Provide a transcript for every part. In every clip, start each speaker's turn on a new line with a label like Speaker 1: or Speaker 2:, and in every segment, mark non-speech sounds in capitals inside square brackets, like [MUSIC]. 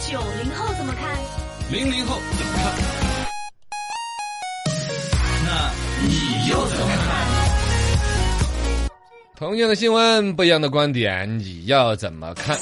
Speaker 1: 九零后怎么看？
Speaker 2: 零零后怎么看？那你又怎么看？
Speaker 3: 同样的新闻，不一样的观点，你要怎么看？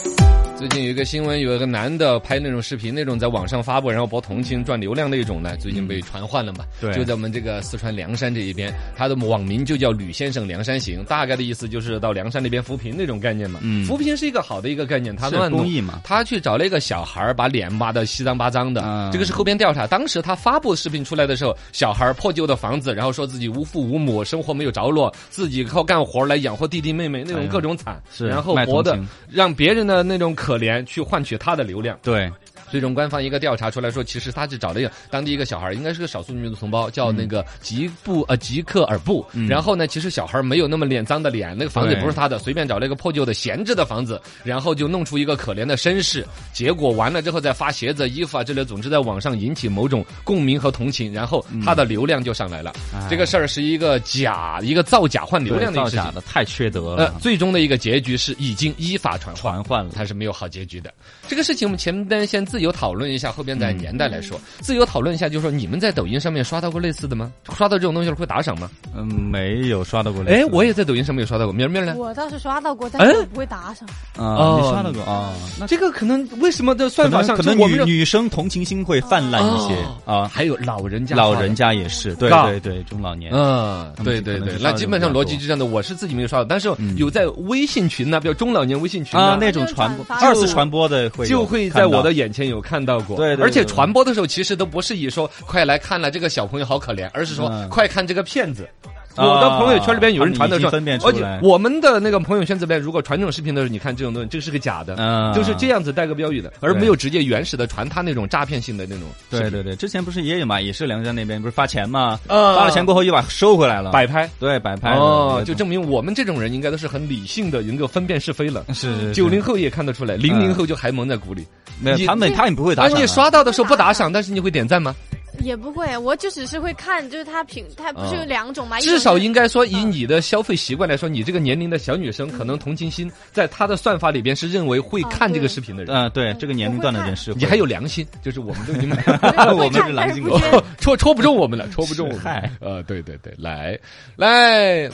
Speaker 3: 最近有一个新闻，有一个男的拍那种视频，那种在网上发布，然后博同情赚流量那种呢，最近被传唤了嘛。
Speaker 2: 嗯对
Speaker 3: 就在我们这个四川凉山这一边，他的网名就叫“吕先生凉山行”，大概的意思就是到凉山那边扶贫那种概念嘛。
Speaker 2: 嗯
Speaker 3: 扶贫是一个好的一个概念，他
Speaker 2: 是
Speaker 3: 乱弄
Speaker 2: 公益嘛
Speaker 3: 他去找了一个小孩儿把脸抹得稀脏巴脏的，
Speaker 2: 嗯
Speaker 3: 这个是后边调查。当时他发布视频出来的时候，小孩儿破旧的房子，然后说自己无父无母，生活没有着落，自己靠干活来养活弟弟妹妹，
Speaker 2: 哎
Speaker 3: 那种
Speaker 2: 呦
Speaker 3: 各种惨。
Speaker 2: 是
Speaker 3: 然后
Speaker 2: 卖同
Speaker 3: 博的
Speaker 2: 情
Speaker 3: 让别人的那种可怜去换取他的流量。
Speaker 2: 对，
Speaker 3: 最终官方一个调查出来说，其实他是找了一个当地一个小孩儿，应该是个少数民族同胞，叫那个吉布呃吉克尔布。然后呢，其实小孩儿没有那么脸脏的脸，那个房子也
Speaker 2: 对
Speaker 3: 不是他的，随便找了一个破旧的闲置的房子，然后就弄出一个可怜的身世。结果完了之后再发鞋子、衣服啊之类，总之在网上引起某种共鸣和同情，然后他的流量就上来了。
Speaker 2: 哎
Speaker 3: 这个事儿是一个假，一个造假换流量的一
Speaker 2: 造
Speaker 3: 个事情
Speaker 2: 假。的太缺德
Speaker 3: 呃，
Speaker 2: 了，
Speaker 3: 最终的一个结局是已经依法传唤。
Speaker 2: 传唤了。
Speaker 3: 它是没有好结局的。这个事情我们前边先自由讨论一下，后边再按年代来说，自由讨论一下，就是说你们在抖音上面刷到过类似的吗？刷到这种东西会打赏吗？
Speaker 2: 嗯，没有刷到过类似
Speaker 3: 哎
Speaker 2: 的。，
Speaker 3: 我也在抖音上面有刷到过，明儿明儿呢？
Speaker 4: 我倒是刷到过，但是
Speaker 3: 哎
Speaker 4: 我不会打赏。
Speaker 2: 啊，
Speaker 3: 哦
Speaker 2: 你刷到过啊？那
Speaker 3: 这个可能为什么的算法上
Speaker 2: 可能
Speaker 3: 就我
Speaker 2: 可
Speaker 3: 们
Speaker 2: 能
Speaker 3: 这
Speaker 2: 女女生同情心会泛滥一些
Speaker 3: 哦
Speaker 2: 啊，
Speaker 3: 还有老人家，
Speaker 2: 老人。家也是，对
Speaker 3: 尬
Speaker 2: 对对，中老年。
Speaker 3: 嗯，
Speaker 2: 他们
Speaker 3: 对
Speaker 2: 就可
Speaker 3: 对
Speaker 2: 能
Speaker 3: 对，
Speaker 2: 是
Speaker 3: 那
Speaker 2: 刷
Speaker 3: 基
Speaker 2: 得
Speaker 3: 本上
Speaker 2: 比较
Speaker 3: 逻辑
Speaker 2: 多
Speaker 3: 是这样的，我是自己没有刷到，但是有在微信群呐，比如中老年微信群
Speaker 2: 啊，
Speaker 3: 呐
Speaker 2: 那种传播
Speaker 4: 就
Speaker 2: 二次传播的会有
Speaker 3: 就会在我的眼前有看到过。
Speaker 2: 对对对
Speaker 3: 而且传播的时候其实都不是以说快来看了这个小朋友好可怜，而是说、
Speaker 2: 嗯
Speaker 3: 快看这个骗子。
Speaker 2: 啊
Speaker 3: 我的朋友圈里边有人传的
Speaker 2: 他们已经
Speaker 3: 这种，
Speaker 2: 分辨出
Speaker 3: 而且
Speaker 2: 来
Speaker 3: 我们的那个朋友圈子里边，如果传这种视频的时候，你看这种东西，这个是个假的，
Speaker 2: 嗯
Speaker 3: 就是这样子带个标语的，而没有直接原始的传他那种诈骗性的那种视
Speaker 2: 对
Speaker 3: 频
Speaker 2: 对对，之前不是也有嘛，也是梁山那边不是发钱嘛，
Speaker 3: 啊
Speaker 2: 发了钱过后又把收回来了，
Speaker 3: 摆拍。
Speaker 2: 对摆拍的
Speaker 3: 哦，就
Speaker 2: 这
Speaker 3: 证明我们这种人应该都是很理性的，能够分辨是非了。
Speaker 2: 是是是
Speaker 3: 九零后也看得出来，零零后就还蒙在鼓里。
Speaker 2: 嗯没有
Speaker 3: 你
Speaker 2: 他们他们不会打
Speaker 3: 啊
Speaker 2: 赏的，
Speaker 3: 你刷到的时候不打赏，但是你会点赞吗？
Speaker 4: 也不会，我就只是会看，就是它品，它不是有两种嘛？一种
Speaker 3: 啊至少
Speaker 4: 是嗯
Speaker 3: 应该说，以你的消费习惯来说，你这个年龄的小女生，可能同情心在她的算法里边是认为
Speaker 4: 啊
Speaker 3: 会看这个视频的人，
Speaker 2: 嗯，对这个年龄段的人是会，
Speaker 3: 你还有良心，就是我们都已
Speaker 2: [LAUGHS]
Speaker 3: 经买 [LAUGHS] 了。
Speaker 4: 我
Speaker 2: 我们
Speaker 4: 们
Speaker 2: 是
Speaker 4: 是
Speaker 2: 狼
Speaker 4: 狼
Speaker 2: 性
Speaker 4: 性
Speaker 2: 狗
Speaker 4: 狗， [LAUGHS]
Speaker 3: 戳戳不中我们了，戳不中我们。
Speaker 2: 是嗨
Speaker 3: 呃，对对对，来来。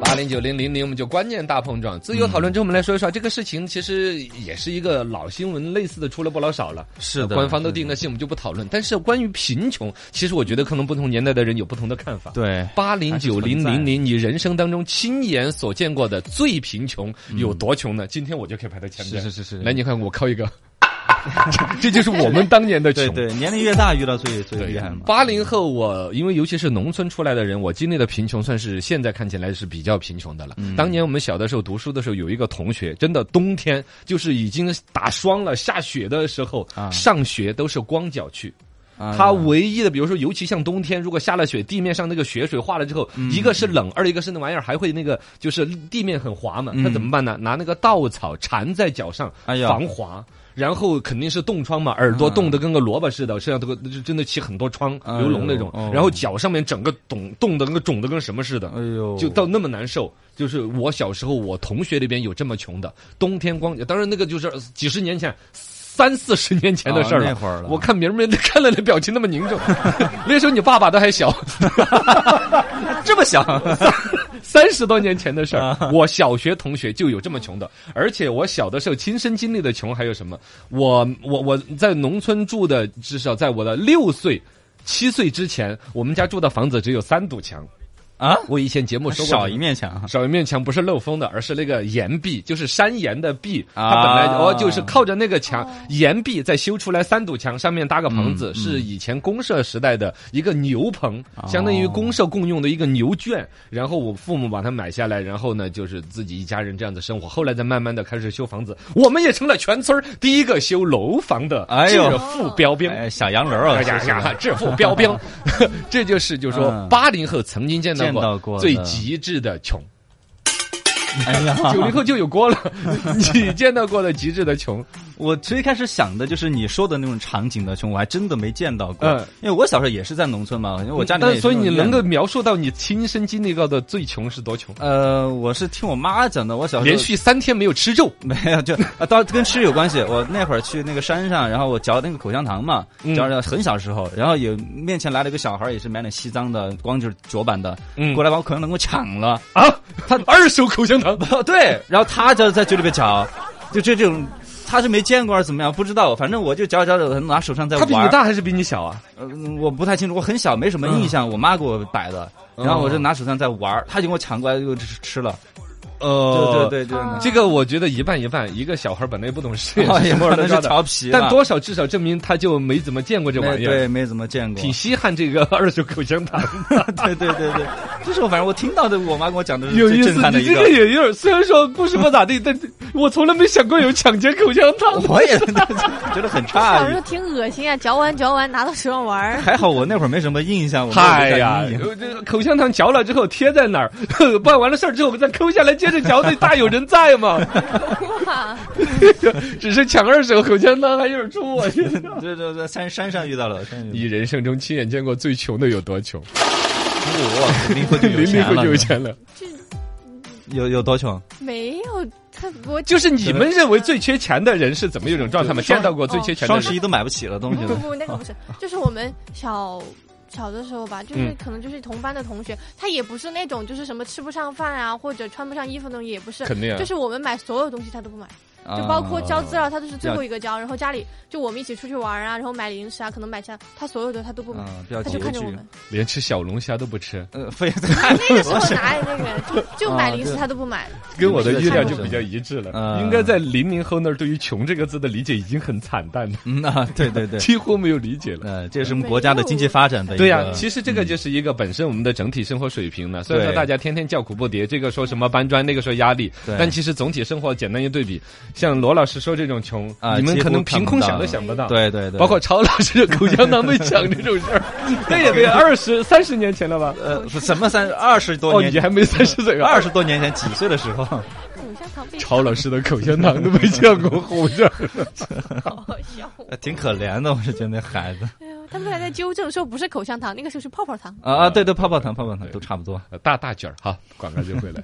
Speaker 3: 八零九零零零，我们就观念大碰撞。自由
Speaker 2: 嗯
Speaker 3: 讨论之后，我们来说一说、啊这个事情，其实也是一个老新闻，类似的出了不老少了。
Speaker 2: 是的嗯
Speaker 3: 官方都定了性，我们就不讨论。但是关于贫穷，其实我觉得可能不同年代的人有不同的看法。
Speaker 2: 对
Speaker 3: 八零九零
Speaker 2: 还是
Speaker 3: 零
Speaker 2: 存
Speaker 3: 零，你人生当中亲眼所见过的最贫穷有多穷呢？今天我就可以排到前面。
Speaker 2: 嗯是是是是
Speaker 3: 来，你看我靠
Speaker 2: [LAUGHS]
Speaker 3: 一个，这就是我们当年的穷
Speaker 2: 对。对，年龄越大遇到最最厉害嘛，
Speaker 3: 八零后我因为尤其是农村出来的人，我经历的贫穷算是现在看起来是比较贫穷的了。
Speaker 2: 嗯
Speaker 3: 当年我们小的时候读书的时候，有一个同学，真的冬天就是已经打霜了、下雪的时候，
Speaker 2: 啊
Speaker 3: 上学都是光脚去。
Speaker 2: 啊
Speaker 3: 它唯一的，比如说，尤其像冬天，如果下了雪，地面上那个雪水化了之后，
Speaker 2: 嗯
Speaker 3: 一个是冷，二一个是那玩意儿还会那个，就是地面很滑嘛，那
Speaker 2: 嗯
Speaker 3: 怎么办呢？拿那个稻草缠在脚上，
Speaker 2: 哎呀
Speaker 3: 防滑。然后肯定是冻疮嘛，耳朵
Speaker 2: 嗯
Speaker 3: 冻得跟个萝卜似的，身上都就真的起很多疮、
Speaker 2: 哎呦
Speaker 3: 流脓那种
Speaker 2: 哦。
Speaker 3: 然后脚上面整个冻冻得跟个肿得跟什么似的
Speaker 2: 哎，呦
Speaker 3: 就到那么难受。就是我小时候，我同学里边有这么穷的，冬天光，当然那个就是几十年前。三四十年前的事儿
Speaker 2: 啊那会儿了
Speaker 3: 我看明儿明儿 [LAUGHS] 看了那表情那么凝重，那时候你爸爸都还小，
Speaker 2: [LAUGHS] 这么啊想，
Speaker 3: 三十多年前的事儿，我小学同学就有这么穷的，而且我小的时候亲身经历的穷还有什么？我我我在农村住的，至少在我的六岁、七岁之前，我们家住的房子只有三堵墙。
Speaker 2: 啊，
Speaker 3: 我以前节目说过这个，
Speaker 2: 少一面墙
Speaker 3: 少一面墙不是漏风的，而是那个岩壁，就是山岩的壁，
Speaker 2: 啊
Speaker 3: 它本来哦就是靠着那个墙，岩壁再修出来三堵墙，上面搭个棚
Speaker 2: 嗯
Speaker 3: 子，是以前公社时代的一个牛棚，
Speaker 2: 哦
Speaker 3: 相当于公社共用的一个牛圈。然后我父母把它买下来，然后呢就是自己一家人这样子生活。后来再慢慢的开始修房子，我们也成了全村儿第一个修楼房的
Speaker 2: 哎
Speaker 3: 致
Speaker 2: 呦
Speaker 3: 富标兵。
Speaker 2: 哎，小洋楼啊，
Speaker 3: 大家
Speaker 2: 是是
Speaker 3: 呀，致富
Speaker 2: [LAUGHS]
Speaker 3: 标兵，这就是就是说
Speaker 2: 嗯
Speaker 3: 八零后曾经见
Speaker 2: 见
Speaker 3: 到
Speaker 2: 到
Speaker 3: 过
Speaker 2: 过
Speaker 3: 最
Speaker 2: 的
Speaker 3: 极致的穷，
Speaker 2: 哎呀，
Speaker 3: [LAUGHS]
Speaker 2: [LAUGHS]
Speaker 3: 九零后就有锅了，你见到过的极致的穷，
Speaker 2: 我其实一开始想的就是你说的那种场景的熊，我还真的没见到过。
Speaker 3: 嗯
Speaker 2: 因为我小时候也是在农村嘛，因为我家里面
Speaker 3: 但
Speaker 2: 也是
Speaker 3: 所以
Speaker 2: 那
Speaker 3: 你
Speaker 2: 种
Speaker 3: 能
Speaker 2: 院
Speaker 3: 够
Speaker 2: 子
Speaker 3: 描述到你亲身经历到的最穷是多穷？
Speaker 2: 呃，我是听我妈讲的，我小时候
Speaker 3: 连续三天没有吃肉，
Speaker 2: 没有，就
Speaker 3: [LAUGHS]
Speaker 2: 啊，当然跟吃有关系。我那会儿去那个山上，然后我嚼那个口香糖嘛，
Speaker 3: 嗯
Speaker 2: 嚼着很小时候，然后有面前来了一个小孩儿，也是买点西藏的，光就是脚板的，
Speaker 3: 嗯
Speaker 2: 过来把我口香糖给我抢了。
Speaker 3: 啊，他二手口香糖，
Speaker 2: 哦，嗯 [LAUGHS] 对，然后他就在嘴里边嚼，就这种。他是没见过还是怎么样？不知道，反正我就嚼着嚼着，拿手上在
Speaker 3: 他
Speaker 2: 玩。
Speaker 3: 比你大还是比你小啊？
Speaker 2: 呃，我不太清楚，我很小，没什么
Speaker 3: 嗯
Speaker 2: 印象，我妈给我摆的。然后我就拿手上在玩儿，她就给我抢过来就吃吃了。
Speaker 3: 呃
Speaker 2: 对对对对，
Speaker 4: 啊
Speaker 3: 这个我觉得一半一半，一个小孩本来不懂
Speaker 2: [LAUGHS]
Speaker 3: 事，
Speaker 2: 哦也
Speaker 3: [LAUGHS] 是摸
Speaker 2: 可
Speaker 3: 着
Speaker 2: 能
Speaker 3: 抓
Speaker 2: 是
Speaker 3: 的，
Speaker 2: 调皮了，
Speaker 3: 哎但多少至少证明他就没怎么见过这玩
Speaker 2: 没
Speaker 3: 意儿，
Speaker 2: 对没怎么见过。
Speaker 3: 挺稀罕这个二手口香糖。
Speaker 2: [LAUGHS] 对对对对，这是我反正我听到的，我妈跟我讲的是
Speaker 3: 有
Speaker 2: 最
Speaker 3: 意思，
Speaker 2: 震撼的
Speaker 3: 你
Speaker 2: 一
Speaker 3: 这
Speaker 2: 个
Speaker 3: 个。也有点，虽然说故事不咋地，但是我从来没想过有抢劫口香糖的。
Speaker 2: 我也 [LAUGHS] 觉得很
Speaker 4: 小
Speaker 2: 诧
Speaker 4: 时候
Speaker 2: 异，
Speaker 4: 挺恶心啊，嚼完嚼完拿到手上玩儿，
Speaker 2: 还好我那会儿没什么印象，我没有
Speaker 3: 嗨
Speaker 2: 这
Speaker 3: 呀
Speaker 2: 样阴，影
Speaker 3: 呃这口香糖嚼了之后贴在哪儿， [LAUGHS] 办完了事儿之后再抠下来接着嚼，那大有人在嘛。 [LAUGHS]
Speaker 4: 哇，
Speaker 3: 只是抢二手口香糖还有点 [LAUGHS] 出我去。
Speaker 2: [LAUGHS] 对对对，山山上遇到了，山上
Speaker 3: 你
Speaker 2: 遇
Speaker 3: 人生中亲眼见过最穷的有多穷？
Speaker 2: 到了我零后就有
Speaker 3: 零零
Speaker 2: [LAUGHS] 钱
Speaker 3: 后
Speaker 2: 了，
Speaker 3: 就有钱了，
Speaker 4: 这
Speaker 2: 有有多穷？
Speaker 4: [LAUGHS] 没有他，我
Speaker 3: 就是你们认为最缺钱的人是怎么一种状态吗？
Speaker 2: 对
Speaker 3: 见到过最缺钱的
Speaker 2: 双十
Speaker 3: 人？
Speaker 2: 一都买不起了东西
Speaker 4: 不
Speaker 2: 了
Speaker 4: 不。不，那个不是，就是我们小小的时候吧，就是
Speaker 3: 啊嗯
Speaker 4: 可能就是同班的同学，他也不是那种就是什么吃不上饭啊，或者穿不上衣服那种，也不是。
Speaker 3: 肯定啊
Speaker 4: 就是我们买所有东西他都不买，
Speaker 2: 啊
Speaker 4: [LAUGHS] 就包括交资料他都是最后一个交，然后家里就我们一起出去玩啊，然后买零食啊，可能买下他所有的他都不买，
Speaker 2: 啊，比较
Speaker 4: 他
Speaker 2: 拮
Speaker 4: 就看着我
Speaker 2: 据
Speaker 4: 们。。啊
Speaker 3: 连吃小龙虾都不吃，
Speaker 2: 呃，非 [LAUGHS]
Speaker 4: 那个时候哪有那个，就就
Speaker 2: 啊
Speaker 4: 买零食他都不买。
Speaker 3: 跟我的预料就比较一致了。
Speaker 2: 嗯
Speaker 3: 应该在零零后那儿，对于“穷”这个字的理解已经很惨淡了，
Speaker 2: 嗯 [LAUGHS] 啊，对对
Speaker 3: [LAUGHS]
Speaker 2: 对，
Speaker 3: 几乎没有理解了。
Speaker 2: 呃，这是我们国家的经济发展的一个嗯
Speaker 3: 对呀、其实这个就是一个本身我们的整体生活水平呢。虽然说
Speaker 2: 对
Speaker 3: 大家天天叫苦不迭，这个说什么搬砖，那个说压力，
Speaker 2: 对
Speaker 3: 但其实总体生活简单一对比，像罗老师说这种穷，
Speaker 2: 啊
Speaker 3: 你们可能凭空
Speaker 2: 几乎看不到
Speaker 3: 想都想不到。。
Speaker 2: 对对对，
Speaker 3: 包括超老师的口香糖被抢这种事
Speaker 2: [LAUGHS]
Speaker 3: 儿，那也得二十三十年前了吧？
Speaker 2: 呃什么三二十多
Speaker 3: 哦，
Speaker 2: 年
Speaker 3: 你
Speaker 2: 前，
Speaker 3: 还没三十岁啊？
Speaker 2: 二十多年前几岁的时候， [LAUGHS]
Speaker 4: 口香糖被
Speaker 3: 超老师的口香糖都被抢过红
Speaker 2: [LAUGHS]
Speaker 3: 着。
Speaker 4: 好好笑，
Speaker 2: 呃挺可怜的，我是觉得那孩子
Speaker 4: 哎呦他们还在纠正说
Speaker 2: 呃
Speaker 4: 不是口香糖，那个时候是泡泡糖。
Speaker 2: 啊啊，对对，泡泡糖泡泡糖都差不多。
Speaker 3: 大大卷儿哈，广告就回来。